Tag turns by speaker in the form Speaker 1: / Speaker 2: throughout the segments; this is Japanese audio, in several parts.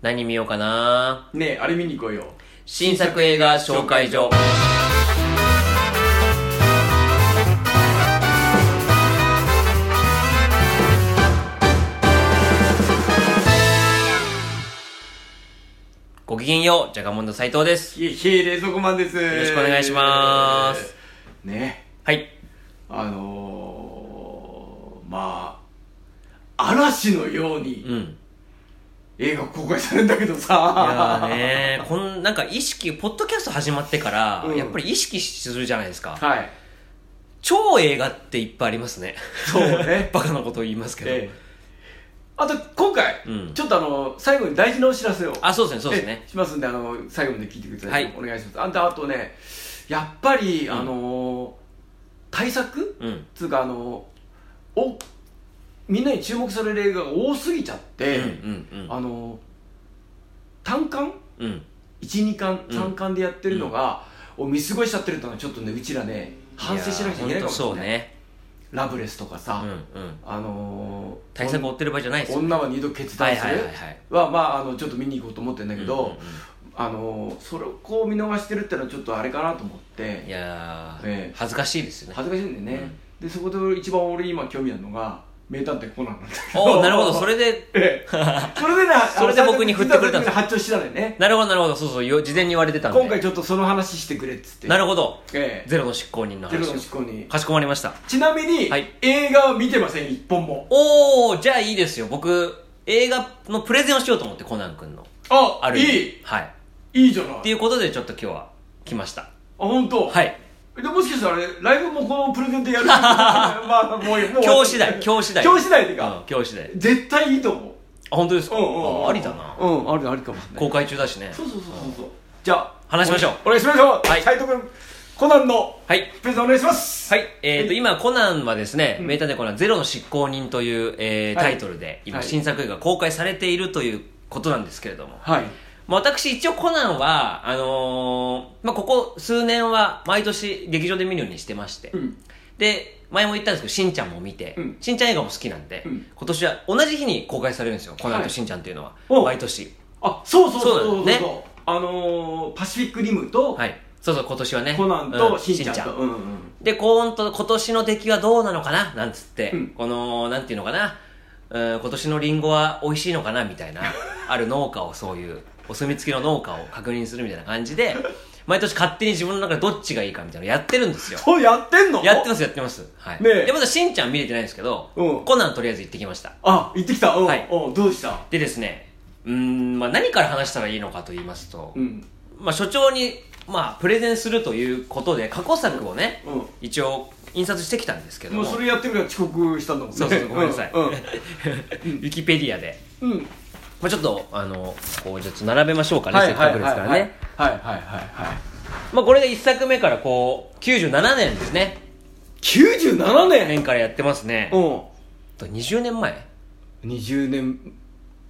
Speaker 1: 何見ようかな
Speaker 2: ねえあれ見に行こうよ
Speaker 1: 新作映画紹介所ごきげんようジャガモンド斉藤です
Speaker 2: ひえひえ冷蔵庫マンですよ
Speaker 1: ろしくお願いします
Speaker 2: ね
Speaker 1: はい
Speaker 2: えあのー、まあ嵐のように
Speaker 1: うん
Speaker 2: 映画公開されるんだけど
Speaker 1: いや
Speaker 2: さ
Speaker 1: ーねこんなんか意識ポッドキャスト始まってから、
Speaker 2: うん
Speaker 1: やっぱり意識するじゃないですか
Speaker 2: はい
Speaker 1: 超映画っていっぱいありますね
Speaker 2: そうね
Speaker 1: バカなこと言いますけど、
Speaker 2: ええあと今回、
Speaker 1: うん
Speaker 2: ちょっとあの最後に大事なお知らせを
Speaker 1: あそうですねそうですね
Speaker 2: ええしますんであの最後まで聞いてください、
Speaker 1: はい
Speaker 2: お願いしますあんたあとねやっぱり、あのー対策
Speaker 1: うん
Speaker 2: つうかあのおみんなに注目される映画が多すぎちゃっ
Speaker 1: うん
Speaker 2: て、
Speaker 1: うん
Speaker 2: あの単館
Speaker 1: うんうん
Speaker 2: 12巻3巻でやってるのが、を見過ごしちゃってるってのはちょっとねうちらね反省しなきゃいけないかもしれ
Speaker 1: やーほんとそう
Speaker 2: ない
Speaker 1: ね
Speaker 2: ラブレスとか
Speaker 1: う
Speaker 2: さ、
Speaker 1: んうん
Speaker 2: あのー
Speaker 1: 対策を追ってる場合じゃないですよ
Speaker 2: 女は二度決
Speaker 1: は
Speaker 2: 断
Speaker 1: い
Speaker 2: す
Speaker 1: は
Speaker 2: るは
Speaker 1: は
Speaker 2: い
Speaker 1: いはい
Speaker 2: まああのちょっと見に行こうと思ってるんだけど、あのーそれをこう見逃してるってのはちょっとあれかなと思っ
Speaker 1: い
Speaker 2: て
Speaker 1: やー、
Speaker 2: ええ
Speaker 1: 恥ずかしいですよね
Speaker 2: 恥ずかしいんだよね、でそこで一番俺今興味あるのが名探偵コナンなんだけ
Speaker 1: おおなるほ どそれで
Speaker 2: ええそれでね
Speaker 1: それで僕に振ってくれたんです
Speaker 2: 発注してたのよね
Speaker 1: なるほどなるほどそうそうよ事前に言われてたんで
Speaker 2: 今回ちょっとその話してくれっつって
Speaker 1: な
Speaker 2: る
Speaker 1: るほど
Speaker 2: ええ
Speaker 1: ゼロの執行人の
Speaker 2: ゼロ
Speaker 1: 話
Speaker 2: の
Speaker 1: を
Speaker 2: 執行に
Speaker 1: かしこまりました
Speaker 2: ちなみに、
Speaker 1: はい
Speaker 2: 映画は見てません一本も
Speaker 1: おおじゃあいいですよ僕映画のプレゼンをしようと思ってコナン君の
Speaker 2: あ
Speaker 1: ある
Speaker 2: い
Speaker 1: 意味
Speaker 2: い
Speaker 1: はい
Speaker 2: いいじゃないあ
Speaker 1: っていうことでちょっと今日は来ました
Speaker 2: 本当。
Speaker 1: はい
Speaker 2: でもしかしたらあれライブもこのプレゼントやるま あもうもう
Speaker 1: 今日次第今日次第
Speaker 2: 今日次第っていう
Speaker 1: うん
Speaker 2: か、
Speaker 1: 今日次第
Speaker 2: 絶対いいと思う
Speaker 1: あ本当ですか
Speaker 2: うんうんうん
Speaker 1: あありだな
Speaker 2: うんありありかもしれない
Speaker 1: 公開中だしね
Speaker 2: そうそうそうそうそうじゃあ
Speaker 1: 話しましょう
Speaker 2: お願いしましょう
Speaker 1: はい
Speaker 2: 斉藤君コナンの
Speaker 1: はい
Speaker 2: プレゼンお願いします
Speaker 1: はい、えーと、今、コナンはですね、
Speaker 2: うん
Speaker 1: 名探偵コナンゼロの執行人という、えー
Speaker 2: はい
Speaker 1: タイトルで、今、
Speaker 2: はい
Speaker 1: 新作映画公開されているということなんですけれども、
Speaker 2: はい
Speaker 1: まあ、私、一応コナンは、あのーまあ、ここ数年は毎年劇場で見るようにしてまして、
Speaker 2: うん
Speaker 1: で、前も言ったんですけど、しんちゃんも見て、
Speaker 2: うん
Speaker 1: しんちゃん映画も好きなんで、
Speaker 2: うん
Speaker 1: 今年は同じ日に公開されるんですよ、コナンとしんちゃんっていうのは、
Speaker 2: お
Speaker 1: 毎年。
Speaker 2: あそうそうそうそう
Speaker 1: そ
Speaker 2: そうう
Speaker 1: なんです
Speaker 2: あのー、パシフィックリムと、
Speaker 1: はい。そうそう、今年はね。
Speaker 2: コナン
Speaker 1: う
Speaker 2: としんちゃん
Speaker 1: し
Speaker 2: と、うんうん
Speaker 1: で、こう、と今年の敵はどうなのかななんつって、
Speaker 2: うん
Speaker 1: この、なんていうのかな、うん、今年のリンゴは美味しいのかなみ たいな、ある農家をそういう、お墨付きの農家を確認するみたいな感じで、毎年勝手に自分の中でどっちがいいかみたいなのやってるんですよ。
Speaker 2: そうやってんの
Speaker 1: やってます、やってます。はい。
Speaker 2: ねえ
Speaker 1: で、まだしんちゃん見れてないんですけど、
Speaker 2: うん
Speaker 1: コナンとりあえず行ってきました。
Speaker 2: あ行ってきたうん、
Speaker 1: はい
Speaker 2: うんどうした
Speaker 1: でですね、うーん、まあ何から話したらいいのかと言いますと、
Speaker 2: うん
Speaker 1: まあ所長に、まあプレゼンするということで、過去作をね、
Speaker 2: う
Speaker 1: 一応印刷してきたんですけ
Speaker 2: ん
Speaker 1: ど
Speaker 2: も
Speaker 1: も
Speaker 2: うそれやってるから遅刻したんだもんね
Speaker 1: そうそうそうごめんなさい、
Speaker 2: うん
Speaker 1: ウィキペディアで、
Speaker 2: うん、うん
Speaker 1: まあ、ちょっとあのこうちょっと並べましょうかね、せっかくですからね、
Speaker 2: はいはいはいはい
Speaker 1: まあ、これが1作目からこう97年ですね
Speaker 2: 97年
Speaker 1: 年からやってますね
Speaker 2: う
Speaker 1: と20年前
Speaker 2: ん20年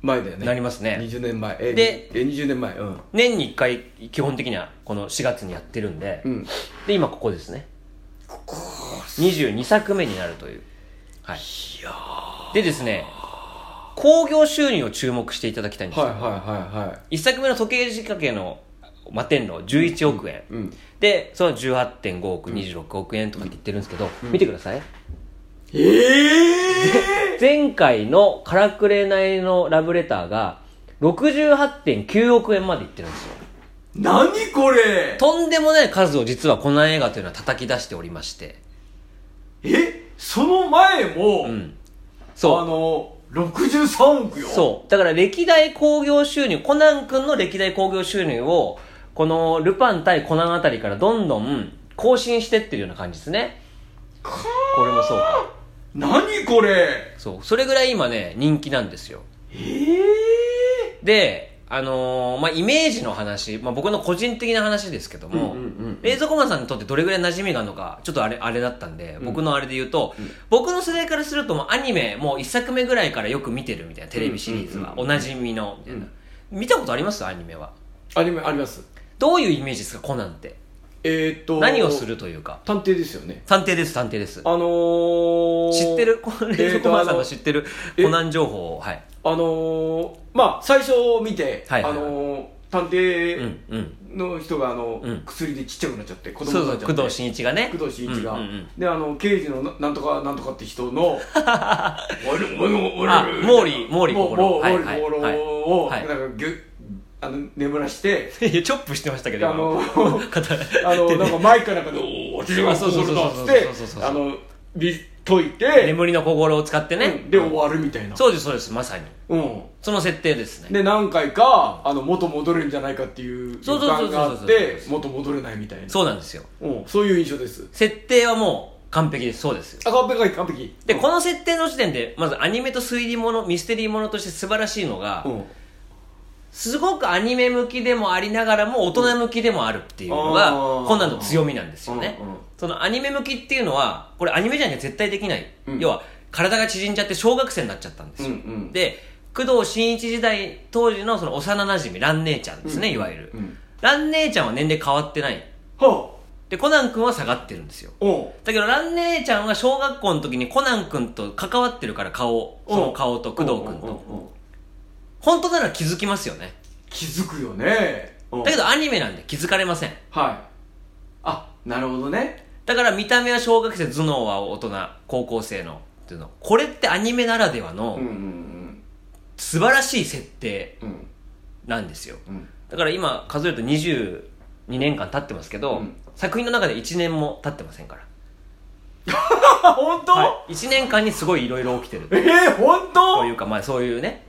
Speaker 2: 前だよね
Speaker 1: なりますね
Speaker 2: 20年前え
Speaker 1: で
Speaker 2: え20年前うん
Speaker 1: 年に1回基本的にはこの4月にやってるんで、
Speaker 2: うん
Speaker 1: で今ここですね22作目になるというはいでですね興行収入を注目していただきたいんです
Speaker 2: はい
Speaker 1: よ、
Speaker 2: はいはいは
Speaker 1: 1作目の時計仕掛けの摩天楼11億円、
Speaker 2: いうん
Speaker 1: でその18.5億26億円とかって言ってるんですけど、見てください
Speaker 2: ええ
Speaker 1: 前回の「からくれない」のラブレターが68.9億円までいってるんですよ
Speaker 2: ー、何これ
Speaker 1: とんでもない数を実はこの映画というのは叩き出しておりまして
Speaker 2: えその前も、
Speaker 1: うん
Speaker 2: あ
Speaker 1: そ
Speaker 2: の63億
Speaker 1: う
Speaker 2: よ
Speaker 1: そうだから歴代興行収入コナン君の歴代興行収入をこの「ルパン対コナン」あたりからどんどん更新してってるような感じですねこれもそうか
Speaker 2: 何これ
Speaker 1: そうそれぐらい今ね人気なんですよ
Speaker 2: ええ
Speaker 1: であのーまあイメージの話、まあ、僕の個人的な話ですけども、
Speaker 2: うんうんうん
Speaker 1: 冷蔵庫マンさんにとってどれぐらい馴染みがあるのかちょっとあれあれだったんで、僕のあれで言うと、僕の世代からするともうアニメもう1作目ぐらいからよく見てるみたいなテレビシリーズは、おなじみのみたいな、見たことありますアニメは
Speaker 2: アニメあります
Speaker 1: どういうイメージですかコナンって
Speaker 2: えーっと
Speaker 1: 何をするというか
Speaker 2: 探偵ですよね
Speaker 1: 探偵です探偵です
Speaker 2: あのー、
Speaker 1: 知ってるこの冷蔵庫マンさんの知ってる
Speaker 2: え
Speaker 1: コナン情報をはい
Speaker 2: あのーまあ最初見て、
Speaker 1: はいはいはい
Speaker 2: あのー探
Speaker 1: う
Speaker 2: 偵
Speaker 1: んうん
Speaker 2: の人があの、
Speaker 1: うん
Speaker 2: 薬でちっちゃくなっちゃって子供
Speaker 1: そう
Speaker 2: に
Speaker 1: そ
Speaker 2: な
Speaker 1: う
Speaker 2: っちゃって
Speaker 1: 工藤新一がね
Speaker 2: 工藤新一が、
Speaker 1: うんうん うん
Speaker 2: であの刑事のななんとかなんとかって人の俺の俺の俺の
Speaker 1: あ毛利毛利
Speaker 2: もう
Speaker 1: 心
Speaker 2: もう
Speaker 1: はい
Speaker 2: 毛利
Speaker 1: はい
Speaker 2: 心
Speaker 1: はい
Speaker 2: を
Speaker 1: はい
Speaker 2: なんかぎゅあの眠らして
Speaker 1: いやチョップしてましたけど
Speaker 2: あ
Speaker 1: 今
Speaker 2: の
Speaker 1: 肩
Speaker 2: あのなんかマイクかなんかで「おお私が
Speaker 1: あそうそう
Speaker 2: 心
Speaker 1: そう
Speaker 2: だ」
Speaker 1: そう
Speaker 2: っつ
Speaker 1: そうそうそうそう
Speaker 2: ってあのり解いて、
Speaker 1: 眠りの心を使ってね
Speaker 2: うんで終わるみたいな
Speaker 1: そうですそうですまさに
Speaker 2: うん
Speaker 1: その設定ですね
Speaker 2: で何回かあの元戻れるんじゃないかっていう
Speaker 1: そ
Speaker 2: 予
Speaker 1: うそうそうそう
Speaker 2: 感があって元戻れないみたいな
Speaker 1: そうなんですよ
Speaker 2: うんそういう印象です
Speaker 1: 設定はもう完璧ですそうですよ
Speaker 2: あ完璧完璧
Speaker 1: でこの設定の時点でまずアニメと推理ものミステリーものとして素晴らしいのが、
Speaker 2: うんうん
Speaker 1: すごくアニメ向きでもありながらも大人向きでもあるっていうのが、
Speaker 2: あー
Speaker 1: コナンの強みなんですよね、
Speaker 2: うんうん
Speaker 1: そのアニメ向きっていうのはこれアニメじゃなきゃ絶対できない、
Speaker 2: うん
Speaker 1: 要は体が縮んじゃって小学生になっちゃったんですよ、
Speaker 2: うん
Speaker 1: で工藤新一時代当時のその幼なじみ蘭姉ちゃんですね、
Speaker 2: うん
Speaker 1: いわゆる、
Speaker 2: うん
Speaker 1: 蘭姉ちゃんは年齢変わってない
Speaker 2: は
Speaker 1: でコナン君は下がってるんですよ
Speaker 2: あうん
Speaker 1: だけど蘭姉ちゃんは小学校の時にコナン君と関わってるから顔その顔と工藤君
Speaker 2: うん
Speaker 1: と
Speaker 2: うんうん
Speaker 1: 本当なら気づきますよね
Speaker 2: 気づくよねうん
Speaker 1: だけどアニメなんで気づかれません
Speaker 2: はいあなるほどね
Speaker 1: だから見た目は小学生頭脳は大人高校生のっていうのこれってアニメならでは
Speaker 2: うん
Speaker 1: の素晴らしい設定
Speaker 2: うんうん
Speaker 1: なんですよ
Speaker 2: うん
Speaker 1: だから今数えると22年間経ってますけど、
Speaker 2: うん
Speaker 1: 作品の中で1年も経ってませんから、
Speaker 2: あ本当
Speaker 1: はい、1年間にすごいいろいろ起きてる
Speaker 2: えー本
Speaker 1: と
Speaker 2: 当
Speaker 1: いうかまあそういうね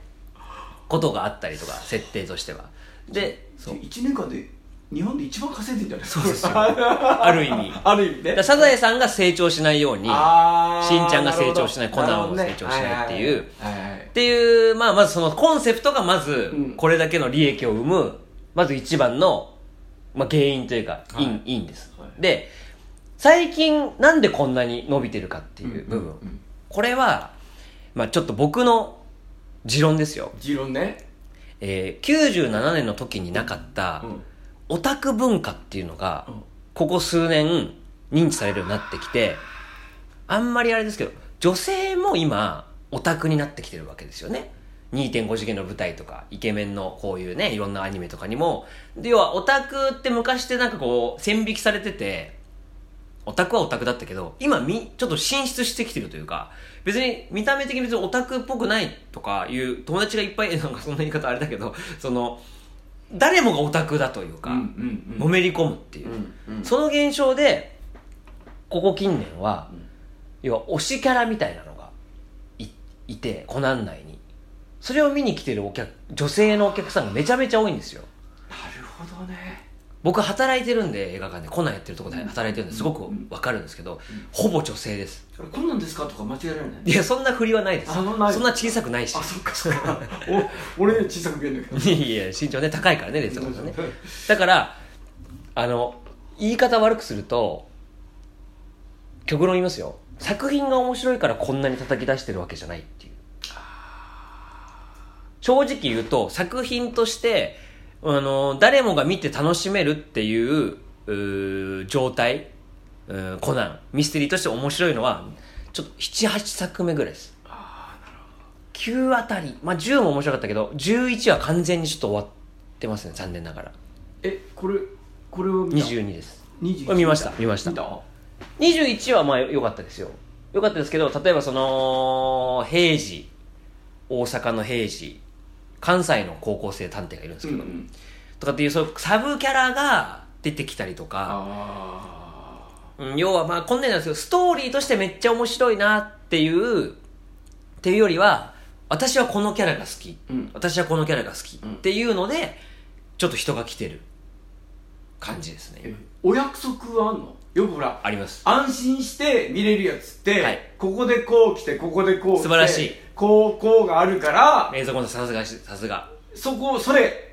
Speaker 1: ことがあったりとか設定としてはでそう
Speaker 2: 一年間で日本で一番稼いでんじゃない
Speaker 1: そうですよ
Speaker 2: あ
Speaker 1: ある意味だか
Speaker 2: る意味ね
Speaker 1: らサザエさんが成長しないようにっ
Speaker 2: あー
Speaker 1: しんちゃんが成長しない
Speaker 2: るほど
Speaker 1: コナンも成長しないっていう
Speaker 2: はいはいはいはいはい
Speaker 1: ていうまあまずそのコンセプトがまず
Speaker 2: うん
Speaker 1: これだけの利益を生むまず一番の、まあ、原因というか、
Speaker 2: はい
Speaker 1: いい、いいんです、
Speaker 2: はい
Speaker 1: で最近なんでこんなに伸びてるかっていう部分、
Speaker 2: うんうん
Speaker 1: これは、まあ、ちょっと僕の持論ですよ、
Speaker 2: 持論ね
Speaker 1: えー、97年の時になかった
Speaker 2: うん
Speaker 1: オタク文化っていうのが
Speaker 2: うん
Speaker 1: ここ数年認知されるようになってきてあんまりあれですけど女性も今オタクになってきてるわけですよね2.5次元の舞台とかイケメンのこういうねいろんなアニメとかにもで要はオタクって昔ってなんかこう線引きされててオタクはオタクだったけど今みちょっと進出してきてるというか別に見た目的に別にオタクっぽくないとかいう友達がいっぱい なんかそんな言い方あれだけどその誰もがオタクだというか、
Speaker 2: うんうんうん
Speaker 1: のめり込むっていうう、
Speaker 2: んうん
Speaker 1: その現象でここ近年は、
Speaker 2: うん
Speaker 1: 要は推しキャラみたいなのがいいてコナン内にそれを見に来てるお客女性のお客さんがめちゃめちゃ多いんですよ
Speaker 2: なるほどね
Speaker 1: 僕働いてるんで映画館でコナンやってるとこで働いてるんですごくわかるんですけど、ほぼ女性です
Speaker 2: こんなんですかとか間違えられない
Speaker 1: いやそんな振りはないです
Speaker 2: あそんな
Speaker 1: そんな小さくないし
Speaker 2: あそっかそっかお俺小さく見えるんだけど
Speaker 1: いやいや身長ね高いからねレッツゴーさんねだからあの言い方悪くすると極論言いますよ作品が面白いからこんなに叩き出してるわけじゃないっていう正直言うと作品としてあの誰もが見て楽しめるっていううー状態うーコナンミステリーとして面白いのはちょっと78作目ぐらいです9あたり、まあ、10も面白かったけど11は完全にちょっと終わってますね残念ながら
Speaker 2: えこれこれを見た
Speaker 1: 22です
Speaker 2: 21
Speaker 1: これ見ました見ました
Speaker 2: 見た
Speaker 1: 21はまあ良かったですよ良かったですけど例えばその平時大阪の平時関西の高校生探偵がいるんです
Speaker 2: う
Speaker 1: け
Speaker 2: んう
Speaker 1: ど、
Speaker 2: ん
Speaker 1: とかっていうそういうサブキャラが出てきたりとか、
Speaker 2: あ
Speaker 1: うん要はまあこんなになんですけどストーリーとしてめっちゃ面白いなっていうっていうよりは私はこのキャラが好き、
Speaker 2: うん
Speaker 1: 私はこのキャラが好きっ
Speaker 2: うん
Speaker 1: ていうのでちょっと人が来てる感じですね、
Speaker 2: ーえお約束はあんのよくほら
Speaker 1: あります
Speaker 2: 安心して見れるやつって、
Speaker 1: はい
Speaker 2: ここでこう来てここでこう来て
Speaker 1: 素晴らしい
Speaker 2: こうこうがあるから
Speaker 1: 映像コンさすがさすが
Speaker 2: そこそれ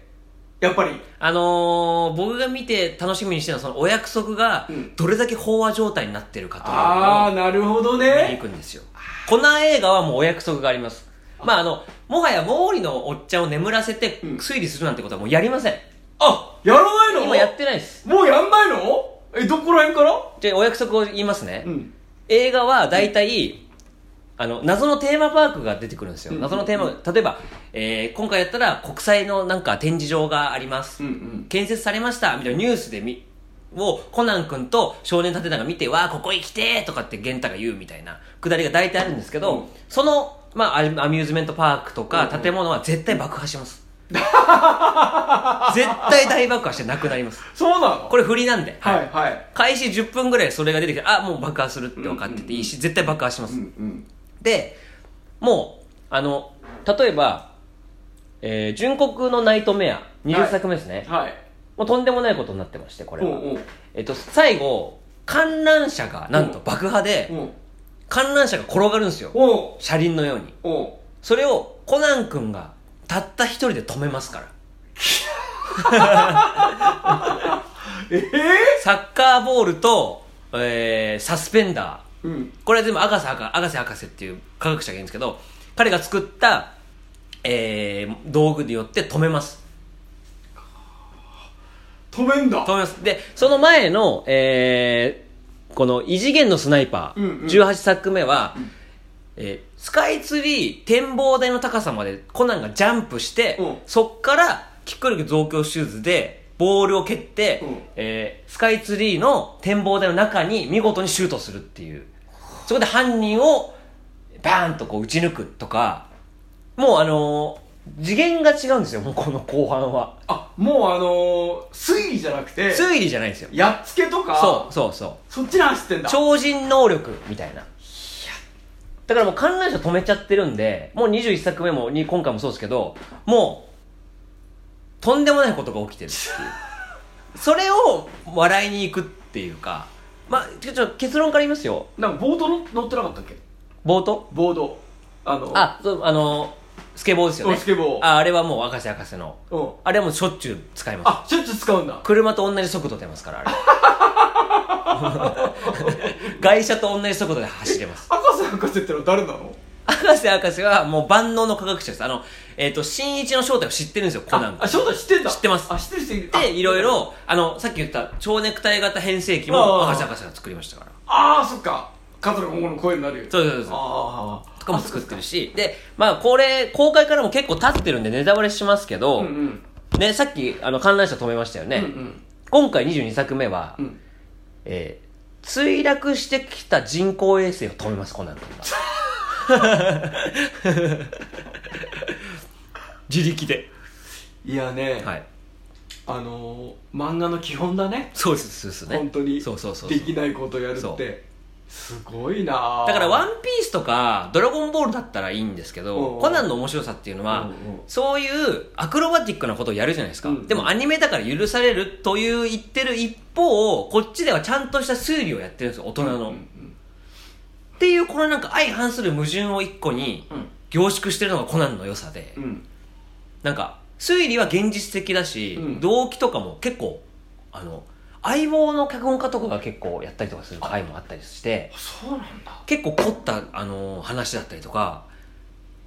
Speaker 2: やっぱり
Speaker 1: あのー僕が見て楽しみにしてるのはそのお約束が
Speaker 2: うん
Speaker 1: どれだけ飽和状態になってるかと
Speaker 2: ああ
Speaker 1: い
Speaker 2: ーなるほ
Speaker 1: うの
Speaker 2: ど
Speaker 1: を見に
Speaker 2: ね
Speaker 1: 行くんですよこの映画はもうお約束がありますまああのもはや毛利のおっちゃんを眠らせて
Speaker 2: うん
Speaker 1: 推理するなんてことはもうやりません、
Speaker 2: あやらないの
Speaker 1: 今やってないです
Speaker 2: もうやんないのえどこら辺から
Speaker 1: じゃあお約束を言いますね、
Speaker 2: うん
Speaker 1: 映画は大体、あの謎のテーマパークが出てくるんですよ、
Speaker 2: うん
Speaker 1: 謎のテーマ例えば、えー今回やったら国際のなんか展示場があります、
Speaker 2: うんうん
Speaker 1: 建設されましたみたいなニュースで見をコナン君と少年立てが見て「わあここ行きてー」とかって源太が言うみたいなくだりが大体あるんですけど、
Speaker 2: うん
Speaker 1: その、まあ、アミアミューズメントパークとか
Speaker 2: うんうん
Speaker 1: 建物は絶対爆破します、絶対大爆破してなくなり ます
Speaker 2: そうなの
Speaker 1: これ振りなんで、
Speaker 2: はいはい
Speaker 1: 開始10分ぐらいそれが出てきてあもう爆破するって分かってていいし、絶対爆破します、
Speaker 2: うんうん
Speaker 1: でもうあの例えば「えー、純国のナイトメア」20作目ですね、
Speaker 2: はい
Speaker 1: もうとんでもないことになってましてこれは、
Speaker 2: うんうん
Speaker 1: えっと、最後観覧車がなんと
Speaker 2: うん
Speaker 1: 爆破で、
Speaker 2: うん
Speaker 1: 観覧車が転がるんですよ、
Speaker 2: おう
Speaker 1: 車輪のように
Speaker 2: おう
Speaker 1: それをコナン君がたった一人で止めますから
Speaker 2: ええ
Speaker 1: サッカーボールと、えーサスペンダー
Speaker 2: うん
Speaker 1: これは全部アガサ博アガセ博士っていう科学者がいるんですけど彼が作った、えー道具によって止めます
Speaker 2: 止めんだ
Speaker 1: 止めますでその前の、えーこの「異次元のスナイパー」
Speaker 2: うんうん
Speaker 1: 18作目は、えースカイツリー展望台の高さまでコナンがジャンプして、
Speaker 2: うん
Speaker 1: そっからキック力増強シューズでボールを蹴って、
Speaker 2: うん
Speaker 1: えースカイツリーの展望台の中に見事にシュートするっていうそこで犯人をバーンとこう打ち抜くとかもうあのー次元が違うんですよもうこの後半は
Speaker 2: あもうあのー、推理じゃなくて
Speaker 1: 推理じゃないんですよ
Speaker 2: やっつけとか
Speaker 1: そうそうそう
Speaker 2: そっちに走ってんだ
Speaker 1: 超人能力みたいなだからもう観覧車止めちゃってるんでもう21作目もに今回もそうですけどもうとんでもないことが起きてるってい うそれを笑いに行くっていうかまあちょちょ結論から言いますよ
Speaker 2: なんかボードの乗ってなかったっけ
Speaker 1: 冒頭
Speaker 2: ボードあの
Speaker 1: あそうあのスケボーですよ
Speaker 2: お
Speaker 1: ね
Speaker 2: スケボー
Speaker 1: ああれはもう赤瀬赤瀬の
Speaker 2: うん
Speaker 1: あれはもうしょっちゅう使います
Speaker 2: あちょっと使うんだ
Speaker 1: 車と同じ速度出ますからあ れ 外車と同じ速度で走れます
Speaker 2: 赤瀬博士ってのは誰なの
Speaker 1: 博士博士はもう万能の科学者ですあのえっ、と新一の正体を知ってるんですよコナン
Speaker 2: あ
Speaker 1: が
Speaker 2: あ翔太知ってんだ
Speaker 1: 知ってます
Speaker 2: あ知ってる人いるあ
Speaker 1: でいろいろあのさっき言った蝶ネクタイ型変声機
Speaker 2: あ
Speaker 1: も
Speaker 2: あ
Speaker 1: 博士博士が作りましたから
Speaker 2: ああそっかカズの今後の声になるよ
Speaker 1: そうそうそうそう
Speaker 2: ああ
Speaker 1: とかも作ってるしでまあこれ公開からも結構経ってるんでネタバレしますけど、
Speaker 2: うんうん
Speaker 1: ねさっきあの観覧車止めましたよね、
Speaker 2: うんうん
Speaker 1: 今回22作目は、
Speaker 2: うん
Speaker 1: えー墜落してきた人工衛星を止めますコナン君が 自力で
Speaker 2: いやね、
Speaker 1: はい
Speaker 2: あのー、漫画の基本だね
Speaker 1: そうですそうですね
Speaker 2: 本当に
Speaker 1: そうそうそう
Speaker 2: できないことをやる
Speaker 1: そ
Speaker 2: ってすごいな
Speaker 1: だから「ワン
Speaker 2: ン
Speaker 1: ピースとか「ドラゴンボール」だったらいいんですけ
Speaker 2: うんう
Speaker 1: ど
Speaker 2: ん
Speaker 1: コナンの面白さっていうのは、
Speaker 2: うんうん
Speaker 1: そういうアクロバティックなことをやるじゃないですか、
Speaker 2: うんうん
Speaker 1: でもアニメだから許されるという言ってる一方こっちではちゃんとした推理をやってるんですよ大人の、
Speaker 2: う
Speaker 1: っ
Speaker 2: ん
Speaker 1: ていうこのなんか相反する矛盾を一個に
Speaker 2: うん
Speaker 1: 凝縮してるのがコナンの良さで、
Speaker 2: うん、うん
Speaker 1: なんか推理は現実的だし、
Speaker 2: うん
Speaker 1: 動機とかも結構あの相棒の脚本家とかが結構やったりとかする回もあったりして
Speaker 2: あそうなんだ
Speaker 1: 結構凝った、あの話だったりとか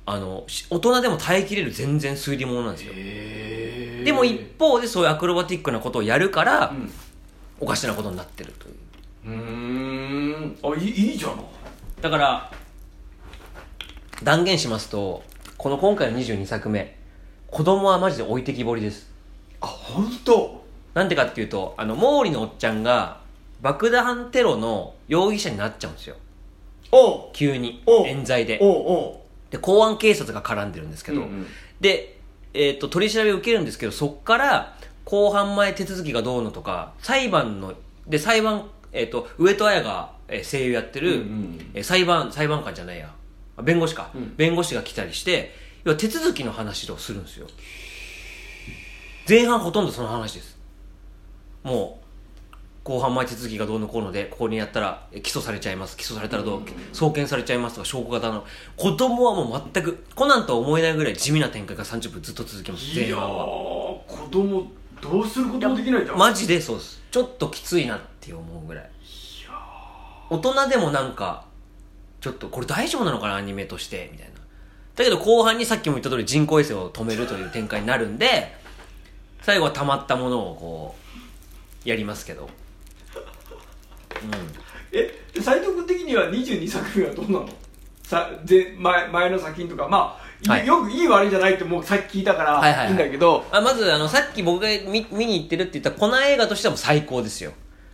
Speaker 1: あのし大人でも耐えきれる全然推理ものなんですよ、
Speaker 2: へえ
Speaker 1: でも一方でそういうアクロバティックなことをやるから、
Speaker 2: うん
Speaker 1: おかしなことになってるという
Speaker 2: うーんあいいいいじゃない
Speaker 1: だから断言しますとこの今回の22作目子供はマジで置いてきぼりです
Speaker 2: あ本当
Speaker 1: なんでかっていうとあの毛利のおっちゃんが爆弾テロの容疑者になっちゃうんですよ
Speaker 2: おう
Speaker 1: 急に
Speaker 2: お
Speaker 1: 冤罪で
Speaker 2: おうおう
Speaker 1: で公安警察が絡んでるんですけど、
Speaker 2: うんうん
Speaker 1: で、えー、と取り調べを受けるんですけどそこから公判前手続きがどうのとか裁判ので裁判、えー、と上戸彩が、えー声優やってる、
Speaker 2: うんうん
Speaker 1: えー裁判裁判官じゃないやあ弁護士か、
Speaker 2: うん
Speaker 1: 弁護士が来たりして要は手続きの話をするんですよ前半ほとんどその話ですもう後半前手続きがどうのこうのでここにやったらえ起訴されちゃいます起訴されたらどう、送検されちゃいますとか証拠型の子供はもう全くコナンとは思えないぐらい地味な展開が30分ずっと続きます
Speaker 2: い
Speaker 1: 前
Speaker 2: やー
Speaker 1: 半は
Speaker 2: 子供どうすることもできないじゃん
Speaker 1: マジでそうですちょっときついなって思うぐらい大人でもなんかちょっとこれ大丈夫なのかなアニメとしてみたいなだけど後半にさっきも言った通り人工衛星を止めるという展開になるんで最後は溜まったものをこうやりますけど
Speaker 2: え斎藤君的には22作目はどうなのさで前前の作品とかまあ、
Speaker 1: はい
Speaker 2: よくいい悪いじゃないってもうさっき聞いたから、
Speaker 1: はいいはいはい
Speaker 2: んだけど
Speaker 1: あまずあのさっき僕が見見に行ってるって言ったこの映画としてはもう最高ですよ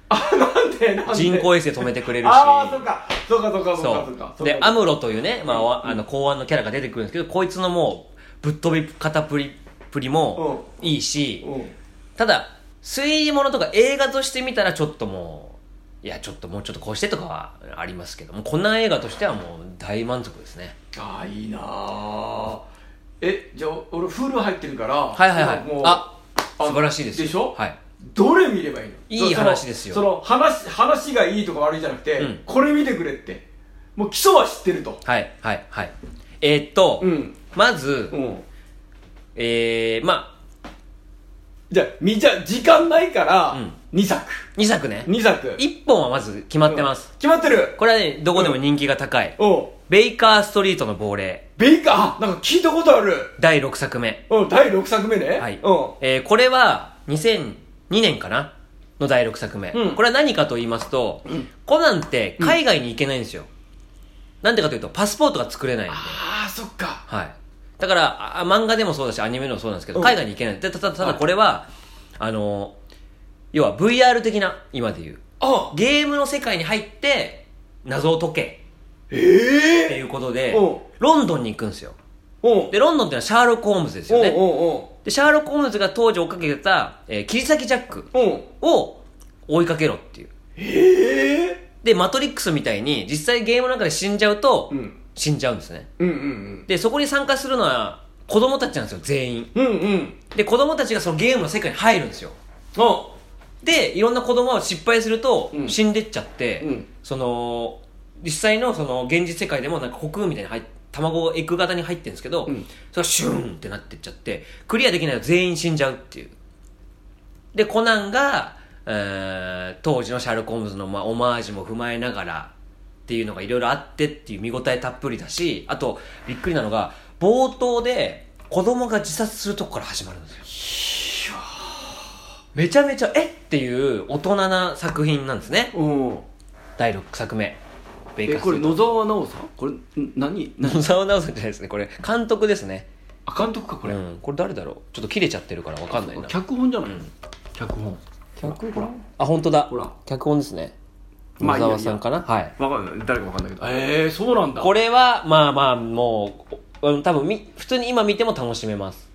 Speaker 2: あなんでなんで
Speaker 1: 人工衛星止めてくれるし
Speaker 2: ああそうかそうかそうかそうかそうか
Speaker 1: そ
Speaker 2: そう
Speaker 1: で
Speaker 2: うか
Speaker 1: アムロというね、まあわ、あの公安のキャラが出てくるんですけどこいつのもうぶっ飛び方プリプリもいいし、
Speaker 2: うん
Speaker 1: ただ推理物とか映画として見たらちょっともういやちょっともうちょっとこうしてとかはありますけどもこんな映画としてはもう大満足ですね
Speaker 2: ああいいなあえじゃあ俺フール入ってるから
Speaker 1: はいはいはい
Speaker 2: 今もう
Speaker 1: あ素晴らしいです
Speaker 2: でしょ
Speaker 1: はい
Speaker 2: どれ見ればいいの
Speaker 1: いい
Speaker 2: その
Speaker 1: 話ですよ
Speaker 2: その話話がいいとか悪いじゃなくて、
Speaker 1: うん
Speaker 2: これ見てくれってもう基礎は知ってると
Speaker 1: はいはいはいえーっと、
Speaker 2: うん
Speaker 1: まず、
Speaker 2: うん
Speaker 1: えー、ま
Speaker 2: じゃあみじゃあ時間ないか
Speaker 1: う
Speaker 2: ら
Speaker 1: ん
Speaker 2: 2作、
Speaker 1: あ2作ね
Speaker 2: 2作決
Speaker 1: 1本はまず決まってます、
Speaker 2: 決まってる
Speaker 1: これはねどこでも人気が高い、
Speaker 2: おう
Speaker 1: ベイカーストリートの亡霊
Speaker 2: ベイカーあなんか聞いたことある
Speaker 1: 第6作目
Speaker 2: うん第6作目ね
Speaker 1: はい、
Speaker 2: う
Speaker 1: えーこれは2002年かなの第6作目、
Speaker 2: うん
Speaker 1: これは何かと言いますと、コナンって海外に行けないんですよ、なんでかというとパスポートが作れないんで
Speaker 2: ん、ああそっか
Speaker 1: はい、だからあ漫画でもそうだしアニメでもそうなんですけど、
Speaker 2: うん
Speaker 1: 海外に行けないでたたただこれはあの要は VR 的な今でいう
Speaker 2: あ
Speaker 1: ゲームの世界に入って謎を解け
Speaker 2: え
Speaker 1: って
Speaker 2: え
Speaker 1: いうことで
Speaker 2: うん
Speaker 1: ロンドンに行くんですよ
Speaker 2: おう
Speaker 1: でロンドンっていうのはシャーロック・ホームズですよ
Speaker 2: おう
Speaker 1: ね
Speaker 2: お
Speaker 1: でシャーロック・ホームズが当時追っかけてた、えー切り裂きジャック
Speaker 2: うおうおう
Speaker 1: を追いかけろっていう
Speaker 2: ええ
Speaker 1: でマトリックスみたいに実際ゲームの中で死んじゃうと、
Speaker 2: うん
Speaker 1: 死んじゃうんですね
Speaker 2: うんうん
Speaker 1: でそこに参加するのは子供たちなんですよ全員
Speaker 2: うんうんうん
Speaker 1: で子供たちがそのゲームの世界に入るんですよ
Speaker 2: あ
Speaker 1: でいろんな子供は失敗すると
Speaker 2: うん
Speaker 1: 死んでっちゃって、
Speaker 2: うん
Speaker 1: その実際のその現実世界でもなんかコクーンみたいに入っ卵エッグ型に入ってるんですけど、
Speaker 2: うん
Speaker 1: それがシューンってなってっちゃってクリアできないと全員死んじゃうっていうでコナンが、えー当時のシャーロック・ホームズの、まあ、オマージュも踏まえながらっていうのがいろいろあってっていう見応えたっぷりだしあとびっくりなのが冒頭で子供が自殺するとこから始まるんですよめちゃめちゃえっていう大人な作品なんですね
Speaker 2: うん
Speaker 1: 第6作目ベイカ
Speaker 2: え
Speaker 1: ー
Speaker 2: これ
Speaker 1: スト
Speaker 2: 野沢直さんこれん何な
Speaker 1: 野沢直さんじゃないですねこれ監督ですね
Speaker 2: あ監督かこ
Speaker 1: こ
Speaker 2: れ、
Speaker 1: れ,、うん、これ誰だろうちょっと切れちゃってるからわかんないな
Speaker 2: 脚本じゃない、
Speaker 1: うん
Speaker 2: 脚本
Speaker 1: 脚本あ本当だ
Speaker 2: ほら
Speaker 1: 脚本ですね
Speaker 2: ま
Speaker 1: 野
Speaker 2: あいい
Speaker 1: 沢
Speaker 2: や
Speaker 1: さんかな、はい
Speaker 2: わかんない誰かわかんないけどええー、そうなんだ
Speaker 1: これはまあまあもううん多分み普通に今見ても楽しめます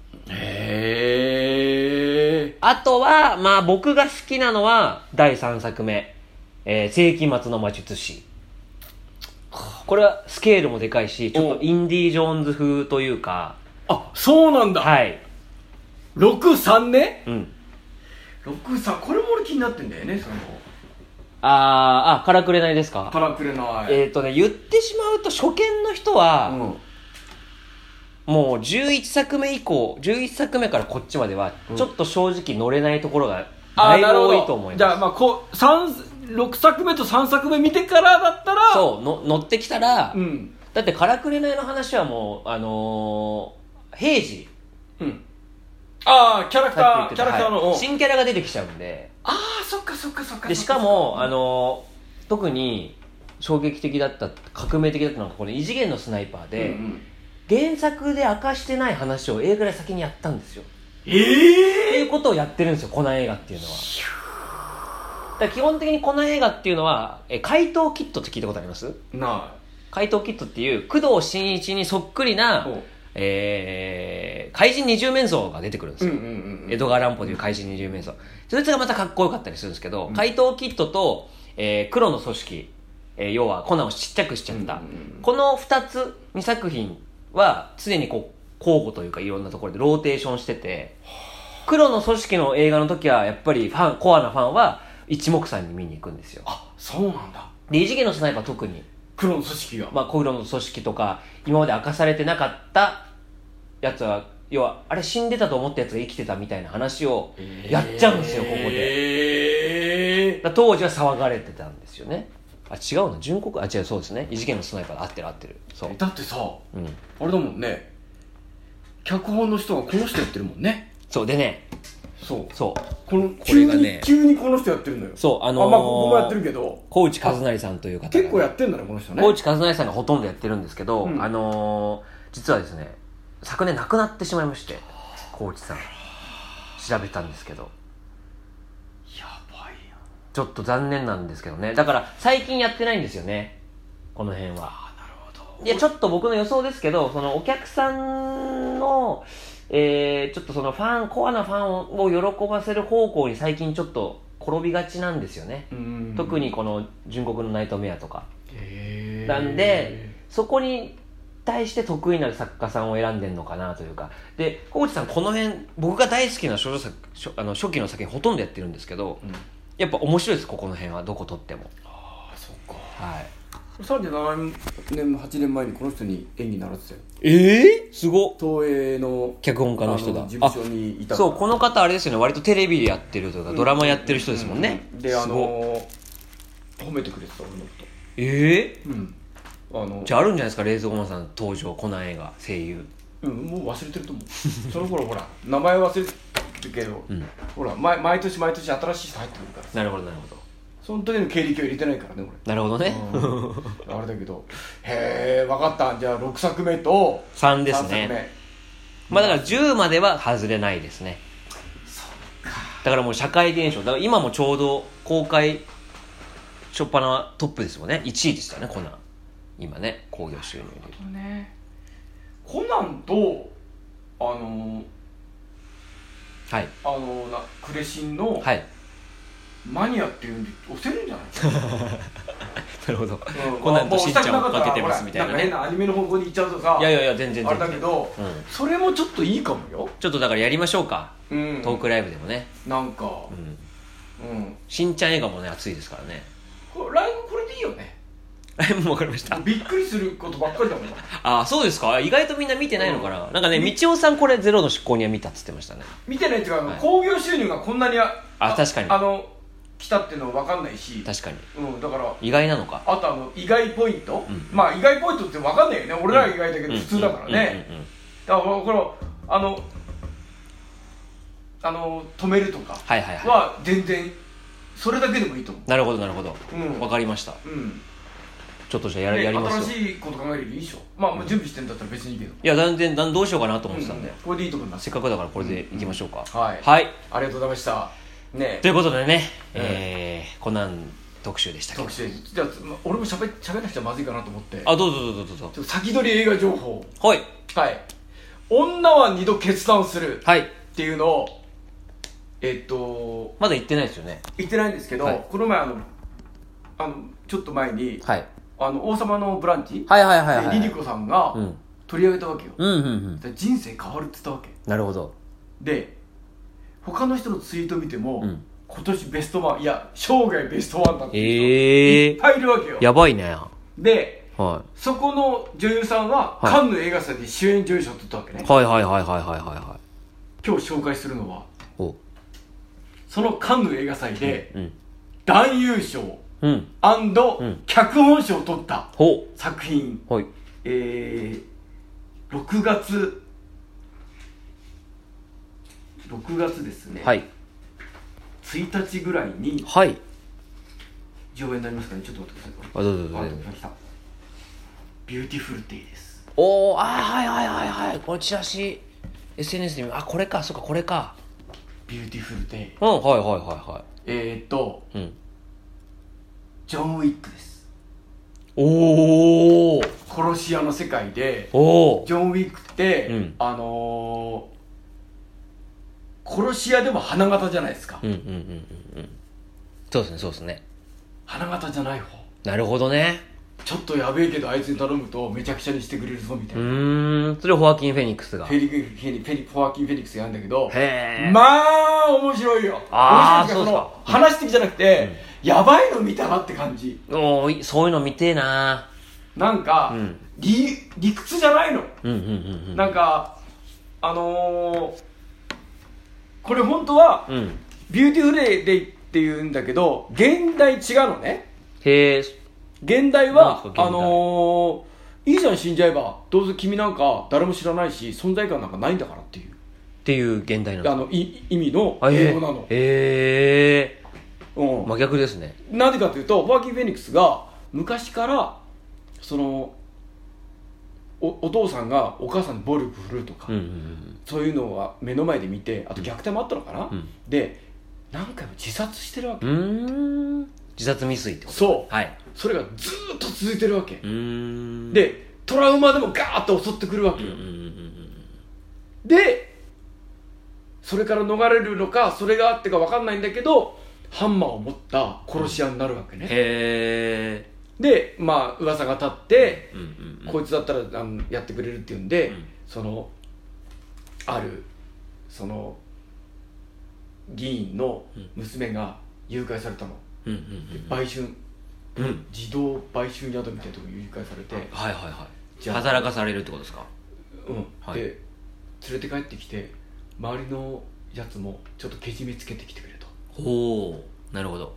Speaker 2: へえ
Speaker 1: あとはまあ僕が好きなのは第3作目「えー世紀末の魔術師」これはスケールもでかいしちょっとインディ・ージョーンズ風というか
Speaker 2: あそうなんだ、
Speaker 1: はい、
Speaker 2: 63ね
Speaker 1: うん、
Speaker 2: 63これも俺気になってんだよねその
Speaker 1: あーあからくれないですか
Speaker 2: からくれない
Speaker 1: えっ、とね言ってしまうと初見の人は、
Speaker 2: うん
Speaker 1: もう11作目以降11作目からこっちまでは、ちょっと正直乗れないところがだ
Speaker 2: あ
Speaker 1: いぶ
Speaker 2: なるほ
Speaker 1: 多いと思い
Speaker 2: ど
Speaker 1: ます
Speaker 2: じゃあまあこう三6作目と3作目見てからだったら
Speaker 1: そうの乗ってきたら、
Speaker 2: うん
Speaker 1: だって「からくれない」の話はもうあのー、平時
Speaker 2: うんああキャラクタ
Speaker 1: さっ
Speaker 2: ー
Speaker 1: き
Speaker 2: キャ
Speaker 1: 言って
Speaker 2: ラク
Speaker 1: た、
Speaker 2: ターの、
Speaker 1: はい
Speaker 2: うん
Speaker 1: 新キャラが出てきちゃうんで
Speaker 2: ああそっかそっかそっか
Speaker 1: でしかも、あのー特に衝撃的だった革命的だったのがこの「異次元のスナイパーで」原作で明かしてない話を映画で先にやったんですよって
Speaker 2: ええ
Speaker 1: いうことをやってるんですよこの映画っていうのはだから基本的にこの映画っていうのはえ怪盗キットって聞いたことあります
Speaker 2: な
Speaker 1: 怪盗キットっていう工藤新一にそっくりな
Speaker 2: ほう、
Speaker 1: えー怪人二重面相が出てくるんです
Speaker 2: うん
Speaker 1: よ、
Speaker 2: うんうんうん
Speaker 1: 江戸川乱歩という怪人二重面相そいつがまたかっこよかったりするんですけど、
Speaker 2: うん
Speaker 1: 怪盗キットと、えー黒の組織、えー要はコナンをちっちゃくしちゃった、
Speaker 2: うんうんうん
Speaker 1: この2つ2作品は常にこう交互というかいろんなところでローテーションしてて黒の組織の映画の時はやっぱりファンコアなファンは一目散に見に行くんですよ
Speaker 2: あそうなんだ
Speaker 1: で異次元のスナイパー特に
Speaker 2: 黒の組織が
Speaker 1: まあ、コイロの組織とか今まで明かされてなかったやつは要はあれ死んでたと思ったやつが生きてたみたいな話をやっちゃうんですよ、ここで
Speaker 2: で
Speaker 1: だから当時は騒がれてたんですよねあ違うな純国あ違うそうですね異次元のスナイパーだ合ってる合ってるそう、
Speaker 2: だってさ
Speaker 1: うん、
Speaker 2: あれだもんね脚本の人がこの人やってるもんね
Speaker 1: そうでね
Speaker 2: そう
Speaker 1: そう
Speaker 2: この
Speaker 1: こ
Speaker 2: 急
Speaker 1: れ
Speaker 2: に
Speaker 1: がね
Speaker 2: 急にこの人やってるのよ
Speaker 1: そうあのー
Speaker 2: まあここもやってるけど
Speaker 1: 小内和成さんという方がね
Speaker 2: 結構やってんだねこの人ね
Speaker 1: 小内和成さんがほとんどやってるんですけど、
Speaker 2: うん
Speaker 1: あのー実はですね昨年亡くなってしまいまして小内さん調べたんですけど
Speaker 2: やばいやん
Speaker 1: ちょっと残念なんですけどねだから最近やってないんですよねこの辺は
Speaker 2: あなるほど
Speaker 1: いやちょっと僕の予想ですけどそのお客さんのえーちょっとそのファンコアなファンを喜ばせる方向に最近ちょっと転びがちなんですよね、
Speaker 2: うん
Speaker 1: 特にこの純国のナイトメアとか
Speaker 2: へー
Speaker 1: なんでそこに対して得意な作家さんを選んでるのかなというかで小内さんこの辺僕が大好きな少女作初あの初期の作品ほとんどやってるんですけど
Speaker 2: うん
Speaker 1: やっぱ面白いですここの辺はどこ撮っても
Speaker 2: あそっか
Speaker 1: はい
Speaker 2: 37年8年前にこの人に演技習ってたよ
Speaker 1: ええすごっ
Speaker 2: 東映の
Speaker 1: 脚本家の人だ
Speaker 2: あ事務所にいた
Speaker 1: あ
Speaker 2: から
Speaker 1: そうこの方あれですよね割とテレビでやってるというか、ドラマやってる人ですもんね、
Speaker 2: ううであ
Speaker 1: すごっ
Speaker 2: のー褒めてくれてた俺のこ
Speaker 1: ええ
Speaker 2: とうんあの
Speaker 1: じゃああるんじゃないですか冷蔵マンさん登場コナン映画声優
Speaker 2: うん、もう 忘れてると思うその頃ほら名前忘れてるけど、
Speaker 1: うん
Speaker 2: ほら毎毎年毎年新しい人入ってくるか
Speaker 1: な
Speaker 2: ら
Speaker 1: るほどなるほど
Speaker 2: その時の経歴を入れてないからね
Speaker 1: なるほどね、
Speaker 2: 俺、うん、あれだけどへえ分かったじゃあ6作目と
Speaker 1: 3です
Speaker 2: 三作
Speaker 1: ね
Speaker 2: 目
Speaker 1: まあだから10までは外れないですねだからもう社会現象だから今もちょうど公開初っ端なトップですもんね1位でしたよねコナン今ね興行収入で
Speaker 2: これねコナンとあのー
Speaker 1: はい
Speaker 2: あのーなクレシンの
Speaker 1: はい
Speaker 2: マニアっていうんで押せるんじゃない
Speaker 1: なるほど
Speaker 2: うん
Speaker 1: コナンとしんちゃんを
Speaker 2: まあ
Speaker 1: 追っかけてます
Speaker 2: も
Speaker 1: みたい
Speaker 2: う押したくかった
Speaker 1: な
Speaker 2: らほ
Speaker 1: ね
Speaker 2: らんか変なアニメの方向に行っちゃうとさ
Speaker 1: いやいやいや全然
Speaker 2: あ
Speaker 1: 全
Speaker 2: れだ
Speaker 1: 然
Speaker 2: けど、
Speaker 1: うん
Speaker 2: それもちょっといいかもよ、
Speaker 1: ちょっとだからやりましょうか
Speaker 2: うん、
Speaker 1: トークライブでもね
Speaker 2: なんか
Speaker 1: う、ん
Speaker 2: うん、
Speaker 1: しんちゃん映画もね熱いですから ね
Speaker 2: これライブこれでいいよね。
Speaker 1: もう分かりました
Speaker 2: びっくりすることばっかりだもんな。
Speaker 1: ああそうですか意外とみんな見てないのかな、なんかねみちおさんこれ「ゼロの執行人」は見たっつってましたね
Speaker 2: 見てないっていうか、
Speaker 1: はい
Speaker 2: 興行収入がこんなにあ
Speaker 1: あ確かに
Speaker 2: あの来たっていうのは分かんないし、
Speaker 1: 確かに
Speaker 2: うん、だから
Speaker 1: 意外なのか
Speaker 2: あとあの意外ポイント、
Speaker 1: うん
Speaker 2: まあ意外ポイントって分かんないよね。俺らは意外だけど普通だからね。
Speaker 1: うんうんうんうん
Speaker 2: だからこのあのあの止めるとか
Speaker 1: はいはいは
Speaker 2: は全然それだけでもいいと思
Speaker 1: いなるほどなるほど、
Speaker 2: うん
Speaker 1: わかりました
Speaker 2: う。うん。
Speaker 1: ちょっとじゃあや,、
Speaker 2: ね
Speaker 1: やりますよ
Speaker 2: 新しいこと考えるよりいいでしょ。まあもう準備してんだったら別にいいけど。
Speaker 1: いや断然断どうしようかなと思ってたんで、
Speaker 2: うんこれでいいと思います
Speaker 1: せっかくだからこれでいきましょうか、
Speaker 2: うんはいありがとうございましたね
Speaker 1: ということでね、
Speaker 2: うん
Speaker 1: えー、コナン特集でしたけど
Speaker 2: 特集じゃあま俺もしゃべしゃべなくちゃまずいかなと思ってちょっ
Speaker 1: あどうぞどうぞどうぞ
Speaker 2: と先取り映画情報
Speaker 1: はい
Speaker 2: はい女は二度決断する
Speaker 1: はい
Speaker 2: っていうのをえっと
Speaker 1: まだ言ってないですよね
Speaker 2: 言ってないんですけど、
Speaker 1: はい
Speaker 2: この前あのあのちょっと前に
Speaker 1: はい
Speaker 2: あの王様のブランチ、
Speaker 1: はいはいはい
Speaker 2: でリリコさんが
Speaker 1: うん
Speaker 2: 取り上げたわけよ、
Speaker 1: うんうんうん
Speaker 2: で人生変わるって言ったわけ
Speaker 1: なるほど
Speaker 2: で他の人のツイート見ても、
Speaker 1: うん
Speaker 2: 今年ベストワンいや生涯ベストワンだってい
Speaker 1: え
Speaker 2: う
Speaker 1: え
Speaker 2: 人がいっぱいいるわけよ
Speaker 1: ー、やばいね
Speaker 2: で
Speaker 1: は
Speaker 2: そこの女優さんは、
Speaker 1: はい
Speaker 2: カンヌ映画祭で主演女優賞を取ったわけ
Speaker 1: い
Speaker 2: ね
Speaker 1: はいはいはいはいはいはいはい
Speaker 2: 今日紹介するのは
Speaker 1: お
Speaker 2: そのカンヌ映画祭で
Speaker 1: うん
Speaker 2: 男優賞
Speaker 1: うんん
Speaker 2: 脚本賞を取った
Speaker 1: ほ
Speaker 2: 作品、
Speaker 1: うはい
Speaker 2: えー、6月6月ですね、
Speaker 1: はい
Speaker 2: 1日ぐらいに
Speaker 1: はい
Speaker 2: 上映になりますからねちょっと待ってください
Speaker 1: あどうぞど
Speaker 2: あ
Speaker 1: う
Speaker 2: 来
Speaker 1: ぞ
Speaker 2: た来たビューティフルデイです
Speaker 1: おおあーはいはいはいはいこのチラシ SNS で見あこれかそっかこれか
Speaker 2: ビューティフルデイ
Speaker 1: うんはいはいは
Speaker 2: えー、っと
Speaker 1: いはいうん
Speaker 2: ジョン・ウィックです
Speaker 1: おー
Speaker 2: 殺し屋の世界で
Speaker 1: おー
Speaker 2: ジョン・ウィックって、
Speaker 1: うん
Speaker 2: あのー殺し屋でも花形じゃないですか、
Speaker 1: うんうんうんうんうんそうですねそうですね
Speaker 2: 花形じゃない方
Speaker 1: なるほどね
Speaker 2: ちょっとやべえけどあいつに頼むとめちゃくちゃにしてくれるぞみたいうな、
Speaker 1: ーんそれをホアキン・フェニックスが
Speaker 2: フェリクフェリフェリフォアキン・フェリックスやるんだけど
Speaker 1: へえ
Speaker 2: まあ面白いよ
Speaker 1: あー
Speaker 2: 面白いっていか
Speaker 1: そうです
Speaker 2: その話的じゃなくて、やばいの見たなって感じ
Speaker 1: おーいそういうの見てえな
Speaker 2: なんか、
Speaker 1: うん
Speaker 2: 理理屈じゃないの
Speaker 1: うんうんうんうん
Speaker 2: なんかあのーこれ本当は、
Speaker 1: うん
Speaker 2: ビューティフルデイっていうんだけど現代違うのね
Speaker 1: へえ
Speaker 2: 現代は
Speaker 1: なんすか現代
Speaker 2: あのーいいじゃん死んじゃえばどうせ君なんか誰も知らないし存在感なんかないんだからっていう
Speaker 1: っていう現代なんですか
Speaker 2: あのい意味の
Speaker 1: あ
Speaker 2: 英語なの、
Speaker 1: ええ
Speaker 2: うん
Speaker 1: ー、真逆ですね
Speaker 2: なぜかというとホワキン・フェニックスが昔からそのおお父さんがお母さんに暴力振るうとか、
Speaker 1: うんうん
Speaker 2: そういうのは目の前で見てあと虐待もあったのかな、
Speaker 1: うん
Speaker 2: で何回も自殺してるわけ、
Speaker 1: うんうーん自殺未遂ってこと
Speaker 2: そ
Speaker 1: はいう
Speaker 2: それがずーっと続いてるわけ、
Speaker 1: うーん
Speaker 2: でトラウマでもガーッと襲ってくるわ
Speaker 1: う
Speaker 2: け
Speaker 1: んう
Speaker 2: よ、
Speaker 1: んうんうん
Speaker 2: でそれから逃れるのかそれがあってか分かんないんだけどハンマーを持った殺し屋になるわけね、
Speaker 1: へ
Speaker 2: でまあ噂が立って、
Speaker 1: えうんうんうん
Speaker 2: こいつだったらあのやってくれるっていうんで、
Speaker 1: うん
Speaker 2: そのあるその議員の娘が誘拐されたの、
Speaker 1: うん
Speaker 2: で売春
Speaker 1: うんうんうん
Speaker 2: 自動売春宿みたいなところに誘拐されて、
Speaker 1: はいはいはい
Speaker 2: じゃあ
Speaker 1: 働かされるってことですか
Speaker 2: うん
Speaker 1: はい
Speaker 2: で連れて帰ってきて周りのやつもちょっとけじめつけてきてくれと
Speaker 1: ほうなるほど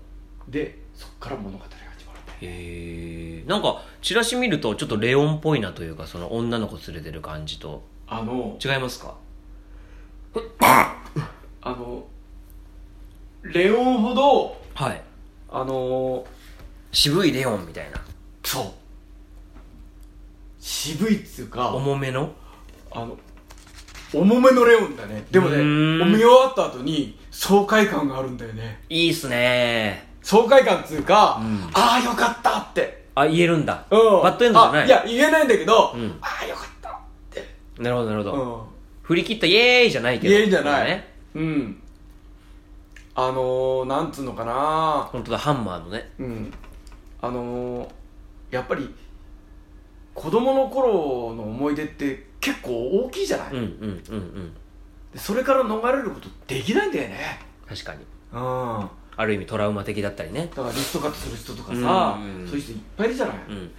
Speaker 2: でそっから物語が始まるんだよ
Speaker 1: へえんかチラシ見るとちょっとレオンっぽいなというかその女の子連れてる感じと
Speaker 2: あの
Speaker 1: 違いますか
Speaker 2: あのレオンほど
Speaker 1: はい
Speaker 2: あの
Speaker 1: 渋いレオンみたいな
Speaker 2: そう渋いっつうか
Speaker 1: 重めの
Speaker 2: あの重めのレオンだねでもね
Speaker 1: うーん
Speaker 2: 見終わった後に爽快感があるんだよね
Speaker 1: いいっすね
Speaker 2: 爽快感っつうか、
Speaker 1: うん
Speaker 2: ああよかったって、
Speaker 1: あ言えるんだ
Speaker 2: うん、
Speaker 1: バッドエンドじゃない
Speaker 2: あいや言えないんだけど、
Speaker 1: うん
Speaker 2: ああよかったって
Speaker 1: なるほどなるほど、
Speaker 2: うん
Speaker 1: 振り切ったイエーイじゃないけど
Speaker 2: 家じゃない、
Speaker 1: ね
Speaker 2: うんあのー、なんつうのかな
Speaker 1: 本当だハンマーのね
Speaker 2: うんあのー、やっぱり子供の頃の思い出って結構大きいじゃない、
Speaker 1: うんうんうんうん
Speaker 2: でそれから逃れることできないんだよね
Speaker 1: 確かに
Speaker 2: うんだか
Speaker 1: ある意味トラウマ的だったりね
Speaker 2: らリストカットする人とかさ、
Speaker 1: うんうん
Speaker 2: そういう人いっぱいいるじゃない、
Speaker 1: うんうん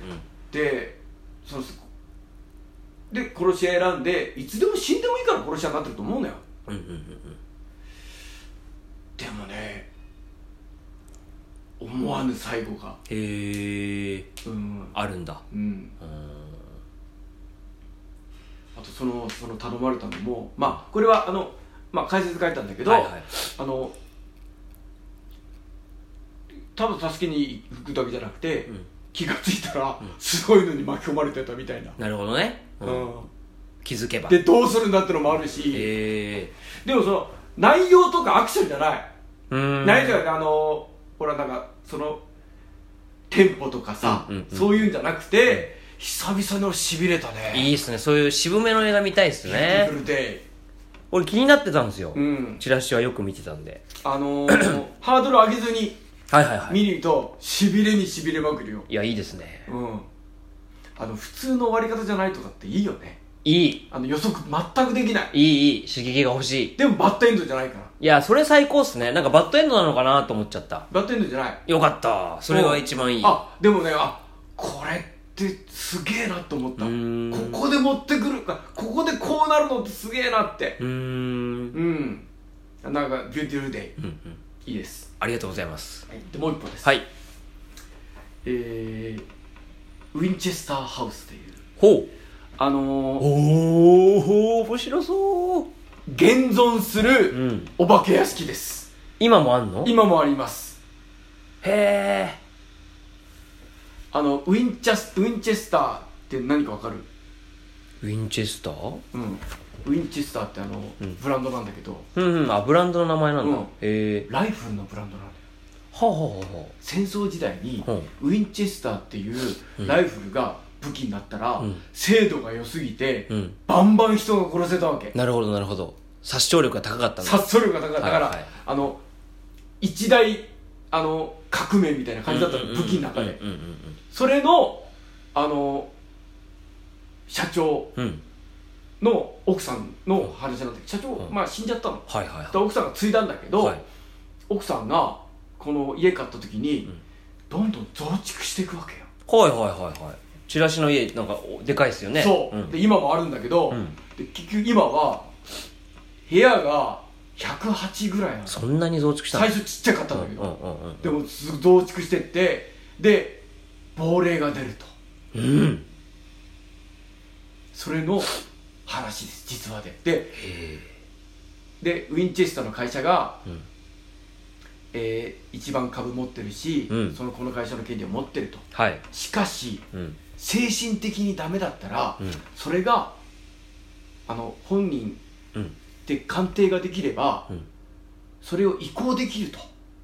Speaker 2: でそので殺し屋選んでいつでも死んでもいいから殺し屋になってると思うのよ
Speaker 1: うんうんうん
Speaker 2: でもね思わぬ最後が
Speaker 1: うんへえ
Speaker 2: うん
Speaker 1: あるんだ
Speaker 2: うん
Speaker 1: うーん
Speaker 2: あとそのその頼まれたのもまあこれはあの、まあ、解説書いたんだけど、
Speaker 1: はいはい
Speaker 2: あのただ助けに行くだけじゃなくて、
Speaker 1: うん
Speaker 2: 気がついたらすごいのに巻き込まれてたみたいな、
Speaker 1: なるほどね、う
Speaker 2: うんん
Speaker 1: 気づけば
Speaker 2: でどうするんだってのもあるし、
Speaker 1: へえ
Speaker 2: でもその内容とかアクションじゃない、
Speaker 1: うーん
Speaker 2: 内容があのほらなんかそのテンポとかさ、
Speaker 1: うんうんうん
Speaker 2: そういうんじゃなくて久々に俺しびれたね
Speaker 1: いいっすねそういう渋めの映画見たいっすね
Speaker 2: ビューティフルデイ
Speaker 1: 俺気になってたんですよ、
Speaker 2: うん
Speaker 1: チラシはよく見てたんで
Speaker 2: あ のーハードル上げずに
Speaker 1: はいはいはい
Speaker 2: 見るとしびれにしびれまくるよ
Speaker 1: いやいいですね
Speaker 2: うんあの普通の終わり方じゃないとかっていいよね
Speaker 1: いい
Speaker 2: あの予測全くできない
Speaker 1: いいいい刺激が欲しい
Speaker 2: でもバッドエンドじゃないから
Speaker 1: いやそれ最高っすねなんかバッドエンドなのかなと思っちゃった
Speaker 2: バッドエンドじゃない
Speaker 1: よかったそれが一番いい
Speaker 2: あでもねあこれってすげえなと思った
Speaker 1: うーん
Speaker 2: ここで持ってくるかここでこうなるのってすげえなって
Speaker 1: うーん
Speaker 2: うんなんかビューティフルデ
Speaker 1: うんうん
Speaker 2: イいいです、
Speaker 1: ありがとうございます
Speaker 2: はい、でもう一本です、
Speaker 1: はい
Speaker 2: えー、ウィンチェスターハウスという
Speaker 1: ほう
Speaker 2: あのー、
Speaker 1: おお面白そう
Speaker 2: 現存す
Speaker 1: う
Speaker 2: る
Speaker 1: ん
Speaker 2: お化け屋敷です
Speaker 1: 今もあんのへ
Speaker 2: 今もあります
Speaker 1: え
Speaker 2: あのウィンチャスウィンチェスターって何かわかる、
Speaker 1: ウィンチェスター
Speaker 2: うん、ウィンチェスターってあの、
Speaker 1: うん
Speaker 2: ブランドなんだけど
Speaker 1: うんうんあブランドの名前なんだ、
Speaker 2: うん
Speaker 1: へえ
Speaker 2: ライフルのブランドなんだよ
Speaker 1: はあ、はあはあはあ、
Speaker 2: 戦争時代に、
Speaker 1: うん
Speaker 2: ウィンチェスターっていう
Speaker 1: うん
Speaker 2: ライフルが武器になったら、
Speaker 1: うん
Speaker 2: 精度が良すぎて、
Speaker 1: うん
Speaker 2: バンバン人が殺せたわけ
Speaker 1: なるほどなるほど殺傷力が高かったんだ
Speaker 2: 殺傷力が高かっただから、
Speaker 1: はいはい
Speaker 2: あの一大あの革命みたいな感じだったの、
Speaker 1: うんうんうん
Speaker 2: 武器の中で、
Speaker 1: うんうん
Speaker 2: それのあの社長
Speaker 1: うんうん
Speaker 2: の奥さんの話なんだけど社長、
Speaker 1: うん
Speaker 2: まあ、死んじゃったの
Speaker 1: はいはい
Speaker 2: で
Speaker 1: は
Speaker 2: 奥さんが継いだんだけど、
Speaker 1: いはい
Speaker 2: 奥さんがこの家買った時に、
Speaker 1: うん
Speaker 2: どんどん増築していくわけよ
Speaker 1: はいはいはいはいチラシの家なんかおでかいっすよね
Speaker 2: そう、
Speaker 1: ん
Speaker 2: で今もあるんだけど、
Speaker 1: うん
Speaker 2: で結局今は部屋が108ぐらいなの
Speaker 1: そんなに増築したの
Speaker 2: 最初ちっちゃかったんだけ
Speaker 1: うんう
Speaker 2: ど、
Speaker 1: んうんうん
Speaker 2: でもす増築してってで亡霊が出ると
Speaker 1: うん
Speaker 2: それの話です実話でで
Speaker 1: へえ
Speaker 2: でウィンチェスターの会社が、
Speaker 1: うん
Speaker 2: えー一番株持ってるし、
Speaker 1: うん
Speaker 2: そのこの会社の権利を持ってると
Speaker 1: はい
Speaker 2: しかし
Speaker 1: うん
Speaker 2: 精神的にダメだったら、
Speaker 1: うん
Speaker 2: それがあの本人
Speaker 1: うん
Speaker 2: で鑑定ができれば、
Speaker 1: うん
Speaker 2: それを移行できると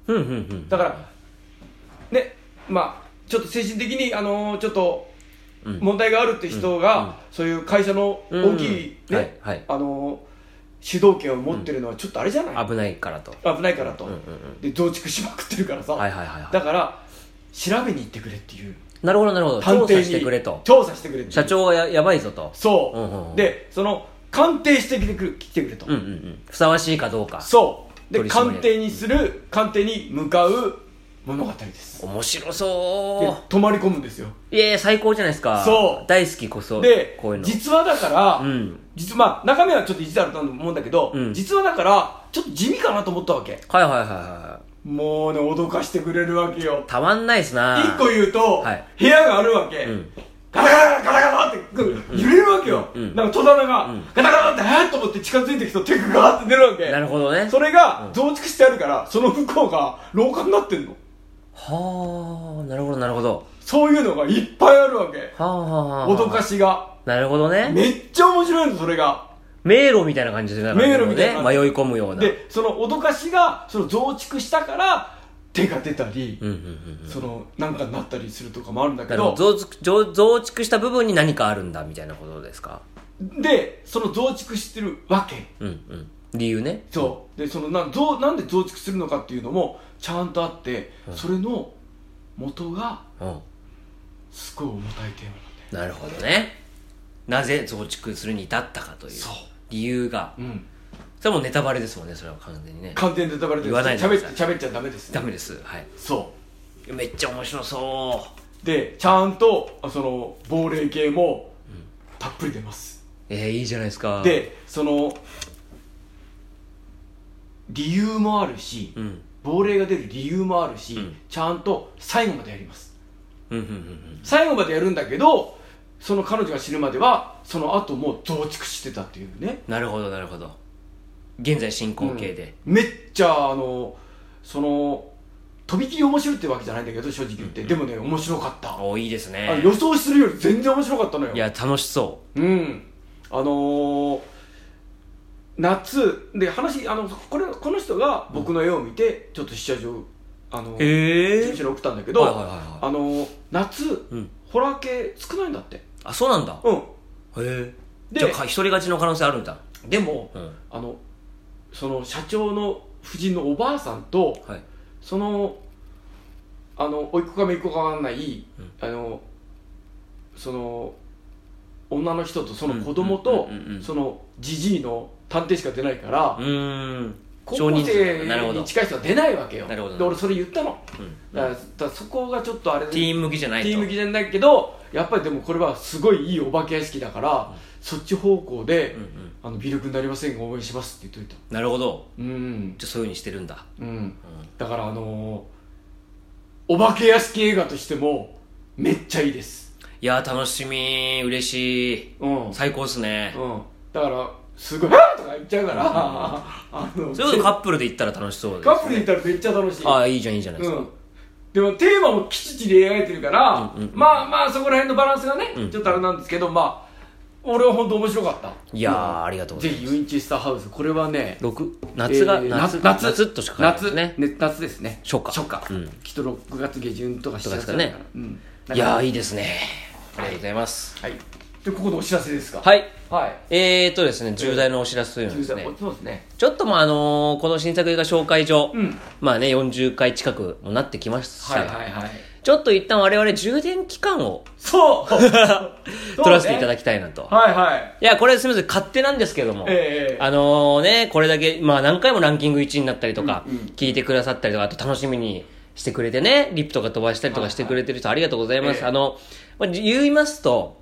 Speaker 1: うんうんうん
Speaker 2: だからねまあちょっと精神的にあのーちょっと
Speaker 1: うん
Speaker 2: 問題があるって人が、
Speaker 1: うんうん
Speaker 2: そういう会社の大きい、ね
Speaker 1: うんうんはい
Speaker 2: あのー主導権を持ってるのはちょっとあれじゃない、
Speaker 1: はい危ないからと
Speaker 2: 危ないからと、
Speaker 1: うんうんう
Speaker 2: で増築しまくってるからさ、
Speaker 1: んはいはいはいは
Speaker 2: だから調べに行ってくれっていう
Speaker 1: いなるほどなるほど
Speaker 2: 探
Speaker 1: 調
Speaker 2: 偵
Speaker 1: 査
Speaker 2: に
Speaker 1: してくれと
Speaker 2: 調査してくれっていう
Speaker 1: 社長はややばいぞと
Speaker 2: そう、
Speaker 1: うんうんうん
Speaker 2: でその鑑定してきてくる来てくれと、
Speaker 1: うんうんうんふさわしいかどうか
Speaker 2: そうで
Speaker 1: 取り締まり
Speaker 2: 鑑定にする鑑定に向かう物語です
Speaker 1: 面白
Speaker 2: で
Speaker 1: そ
Speaker 2: 泊まり込むんですよ
Speaker 1: ういやいや最高じゃないですか
Speaker 2: そう
Speaker 1: 大好きこそ
Speaker 2: で
Speaker 1: こういうの
Speaker 2: 実はだから、
Speaker 1: うん
Speaker 2: 実まあ中身はちょっと一だと思うんだけど、
Speaker 1: うん
Speaker 2: 実はだからちょっと地味かなと思ったわけ
Speaker 1: はいはいはいは
Speaker 2: もうね脅かしてくれるわけ
Speaker 1: い
Speaker 2: よ
Speaker 1: たまんないっすな
Speaker 2: 一個言うと、
Speaker 1: はい
Speaker 2: 部屋があるわけ、
Speaker 1: うん
Speaker 2: ガラガラガラガラってこう揺れるわけよ、
Speaker 1: うん
Speaker 2: なんか戸棚が、
Speaker 1: うん
Speaker 2: ガラガラってえっと思って近づいてきた手がガーって出るわけ
Speaker 1: なるほどね
Speaker 2: それが増築してあるから、その向こうが廊下になってんの
Speaker 1: はあなるほどなるほど
Speaker 2: そういうのがいっぱいあるわけ
Speaker 1: はあはあはあ
Speaker 2: 脅かしが
Speaker 1: なるほどね
Speaker 2: めっちゃ面白いのそれが
Speaker 1: 迷路みたいな感じでなんか
Speaker 2: 迷路みたいな
Speaker 1: ね迷い込むような
Speaker 2: でその脅かしがその増築したから手が出たり、
Speaker 1: うんうんうんうん
Speaker 2: そのなんかになったりするとかもあるんだけ
Speaker 1: なるほ
Speaker 2: ど
Speaker 1: ど増築増増築した部分に何かあるんだみたいなことですか
Speaker 2: でその増築してるわけ
Speaker 1: うんうん理由ね
Speaker 2: そうでそのなん増なんで増築するのかっていうのもちゃんとあって、それの元が
Speaker 1: うん
Speaker 2: すごい重たいテーマなんだ
Speaker 1: なる
Speaker 2: よ
Speaker 1: ほどねなぜ増築するに至ったかという
Speaker 2: そう
Speaker 1: 理由が
Speaker 2: うん
Speaker 1: それはもうネタバレですもんねそれは完全にね
Speaker 2: 完全でネタバレで
Speaker 1: 言わないで
Speaker 2: 喋
Speaker 1: く
Speaker 2: っ
Speaker 1: だ
Speaker 2: ちゃ喋っちゃダメです
Speaker 1: ダメですはい
Speaker 2: そ
Speaker 1: めっちゃ面白そう
Speaker 2: でちゃんとあその亡霊系もたっぷり出ます、
Speaker 1: うえー、いいじゃないですか
Speaker 2: でその理由もあるし、
Speaker 1: うん
Speaker 2: 亡霊が出る理由もあるし、
Speaker 1: うん
Speaker 2: ちゃんと最後までやります
Speaker 1: うんうんうんうん
Speaker 2: 最後までやるんだけどその彼女が死ぬまではその後も増築してたっていうね
Speaker 1: なるほどなるほど現在進行形で、
Speaker 2: うんめっちゃあのそのとびきり面白いってわけじゃないんだけど正直言って、でもね面白かった、
Speaker 1: おいいですね
Speaker 2: あの予想するより全然面白かったのよ
Speaker 1: いや楽しそ
Speaker 2: うんあのー夏で話あのこれこの人が僕の絵を見て、ちょっと試写場あの
Speaker 1: う
Speaker 2: 事
Speaker 1: へ
Speaker 2: 務所に送ったんだけ
Speaker 1: は
Speaker 2: ど、
Speaker 1: いはいはいはい
Speaker 2: あのー夏、
Speaker 1: うん
Speaker 2: ホラー系少ないんだって
Speaker 1: あそうなんだへ
Speaker 2: うん
Speaker 1: え
Speaker 2: で
Speaker 1: じゃあか一人勝ちの可能性あるんだ
Speaker 2: でも
Speaker 1: うん
Speaker 2: あのその社長の夫人のおばあさんと
Speaker 1: はい
Speaker 2: そのあのおいっ子かめいっ子かわかんない、
Speaker 1: うん
Speaker 2: あのその女の人とその子供と
Speaker 1: うんうんうんうんうん
Speaker 2: そのじじいの探偵しか出ないから、
Speaker 1: うーん
Speaker 2: 高
Speaker 1: 少
Speaker 2: 校
Speaker 1: 人数
Speaker 2: 生
Speaker 1: なるほど
Speaker 2: に近い人は出ないわけよ
Speaker 1: なるほど
Speaker 2: で俺それ言ったの、
Speaker 1: うん
Speaker 2: だからだからそこがちょっとあれ
Speaker 1: ティーン向きじゃないと
Speaker 2: ティー向きじゃないけどやっぱりでもこれはすごいいいお化け屋敷だから、そっち方向で、
Speaker 1: うんうん
Speaker 2: あの微力になりませんが応援しますって言っといた
Speaker 1: なるほど
Speaker 2: うん
Speaker 1: じゃあそういうふうにしてるんだ
Speaker 2: うんだからあのーお化け屋敷映画としてもめっちゃいいです
Speaker 1: いやー楽しみ嬉しい
Speaker 2: うん、うん、
Speaker 1: 最高っすね
Speaker 2: だからすごい「 あーとか言っちゃうからあの
Speaker 1: そういうことカップルで行ったら楽しそうです
Speaker 2: カップルで行ったらめっちゃ楽しい
Speaker 1: ああいいじゃんいいじゃないで
Speaker 2: う
Speaker 1: すか
Speaker 2: んでもテーマもきちちり描いてるから、
Speaker 1: うんうんうん
Speaker 2: まあまあそこら辺のバランスがね、
Speaker 1: うん
Speaker 2: ちょっとあれなんですけどまあ俺は本当面白かった
Speaker 1: いやーありがとうござ
Speaker 2: ぜ
Speaker 1: います
Speaker 2: ひウィンチェスターハウスこれはね
Speaker 1: 六夏が
Speaker 2: えー
Speaker 1: 夏
Speaker 2: な夏
Speaker 1: 夏としか書いてないですね
Speaker 2: 夏ね夏ですね
Speaker 1: 初夏
Speaker 2: 初夏、
Speaker 1: うん
Speaker 2: きっと6月下旬とか7
Speaker 1: とかで
Speaker 2: 月
Speaker 1: すかね
Speaker 2: うん、
Speaker 1: いやーいいですねありがとうございます
Speaker 2: はい。で、ここでお知らせですか。
Speaker 1: はい
Speaker 2: はい。
Speaker 1: えーとですね重大なお知らせというのは
Speaker 2: 重
Speaker 1: です
Speaker 2: 大
Speaker 1: ね
Speaker 2: そうですね。
Speaker 1: ちょっとまああのーこの新作映画紹介所、
Speaker 2: うん
Speaker 1: まあね40回近くもなってきました
Speaker 2: は
Speaker 1: が、
Speaker 2: いはいはい。
Speaker 1: ちょっと一旦我々充電期間 を
Speaker 2: そう
Speaker 1: 取らせていただ
Speaker 2: き
Speaker 1: きたいなと、
Speaker 2: はいはい。
Speaker 1: いやこれすみません勝手なんですけども、
Speaker 2: ええ
Speaker 1: あのねこれだけ、まあ、何回もランキング1位になったりとか、
Speaker 2: うんうん
Speaker 1: 聞いてくださったりとかあと楽しみにしてくれてねリップとか飛ばしたりとかしてくれてる人、ありがとうございます、
Speaker 2: ええ
Speaker 1: あの、まあ、言いますと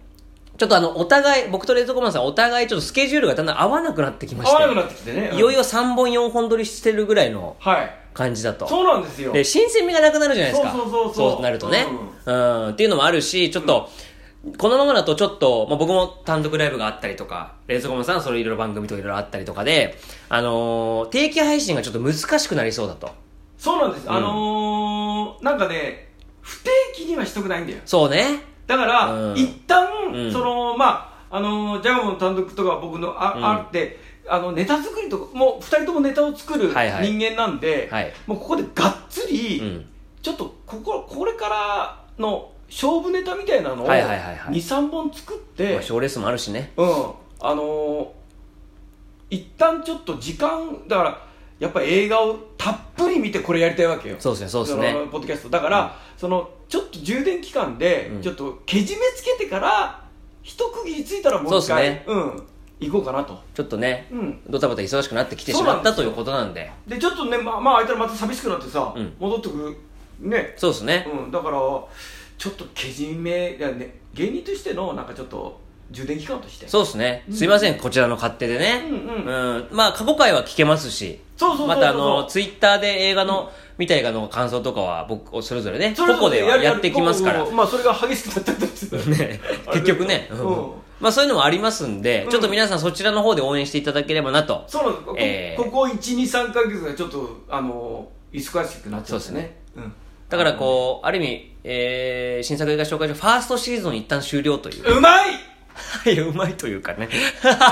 Speaker 1: ちょっとあのお互い僕と冷蔵庫マンさんお互いちょっとスケジュールがだんだん合わなくなってきまし
Speaker 2: 合わなくな
Speaker 1: て
Speaker 2: ってきてね。
Speaker 1: いよいよ
Speaker 2: よ。
Speaker 1: 3本4本撮りしてるぐらいの
Speaker 2: はい。
Speaker 1: 感じだと
Speaker 2: そうなんですよ。
Speaker 1: で新鮮味がなくなるじゃないですか
Speaker 2: そうそうそうそう
Speaker 1: なるとね、うんっていうのもあるしちょっと、このままだとちょっと、まあ、僕も単独ライブがあったりとか、冷蔵庫マンさんそれいろいろ番組とかいろいろあったりとかで、あのー定期配信がちょっと難しくなりそうだと。
Speaker 2: そうなんです、
Speaker 1: うん
Speaker 2: あのー、なんかね不定期にはしたくないんだよ
Speaker 1: そうね。
Speaker 2: だから、
Speaker 1: うん
Speaker 2: 一旦、
Speaker 1: うん
Speaker 2: そのまああのージャガモの単独とか僕のあ,、
Speaker 1: うん
Speaker 2: あってあのネタ作りとかもう2人ともネタを作る人
Speaker 1: はいはい
Speaker 2: 間なんで、
Speaker 1: はい。
Speaker 2: もうここでがっつり、
Speaker 1: うん。
Speaker 2: ちょっとこここれからの勝負ネタみたいなのを
Speaker 1: はいはいはいはい
Speaker 2: 23本作って、
Speaker 1: まあ、賞レースもあるしね。
Speaker 2: うんあのー、一旦ちょっと時間だからやっぱ映画をたっぷり見てこれやりたいわけよ
Speaker 1: そうですね、そうですね
Speaker 2: そ。のポッドキャストだから、そのちょっと充電期間で
Speaker 1: うん
Speaker 2: ちょっとけじめつけてから一区切りついたらもう一
Speaker 1: そうです
Speaker 2: 回
Speaker 1: ね
Speaker 2: うん行こうかなと、
Speaker 1: ちょっとね、
Speaker 2: うん、
Speaker 1: ドタバタ忙しくなってきてしまったということなんで。
Speaker 2: でちょっとねまあまああいたらまた寂しくなってさ、
Speaker 1: うん
Speaker 2: 戻ってくるね、
Speaker 1: そうですね。
Speaker 2: うん、だからちょっとけじめいや、ね、芸人としてのなんかちょっと充電期間として
Speaker 1: そうですね。すいません、こちらの勝手でね。
Speaker 2: うんうん
Speaker 1: うん。まあ、過去回は聞けますし。
Speaker 2: そうそうそうそ
Speaker 1: ま
Speaker 2: う
Speaker 1: たあのツイッターで映画の、見た映画の感想とかは僕それぞれね
Speaker 2: それ
Speaker 1: 個
Speaker 2: ぞ
Speaker 1: 々
Speaker 2: れ
Speaker 1: ではやっていきますから
Speaker 2: ここまあそれが激しくなったんだっ て
Speaker 1: ね結局ね、
Speaker 2: うん
Speaker 1: うんまあそういうのもありますんで、
Speaker 2: うん
Speaker 1: ちょっと皆さんそちらの方で応援していただければなと
Speaker 2: そうなんですここ,、
Speaker 1: えー
Speaker 2: ここ123か月がちょっとあの忙しくなっちゃって
Speaker 1: そうですね、
Speaker 2: うん、
Speaker 1: だからこうある意味、えー新作映画紹介所ファーストシーズン一旦終了という
Speaker 2: うまい
Speaker 1: いやうまいというかね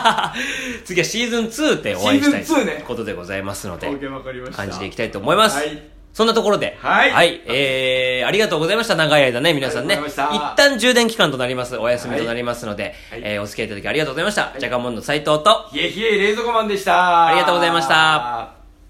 Speaker 1: 次はシーズン2でお会いしたい
Speaker 2: シーズン2ね
Speaker 1: ということでございますので
Speaker 2: OK わかりました
Speaker 1: 感じていきたいと思います、
Speaker 2: はい
Speaker 1: そんなところで
Speaker 2: はい
Speaker 1: えー、ありがとうございました長い間ね皆さんね
Speaker 2: ありがとうございました
Speaker 1: 一旦充電期間となりますお休みとなりますので、
Speaker 2: はい
Speaker 1: えーお付き合いいただきありがとうございました、ジャガモンの斉藤と
Speaker 2: ひえひえ冷蔵庫マンでした
Speaker 1: ありがとうございました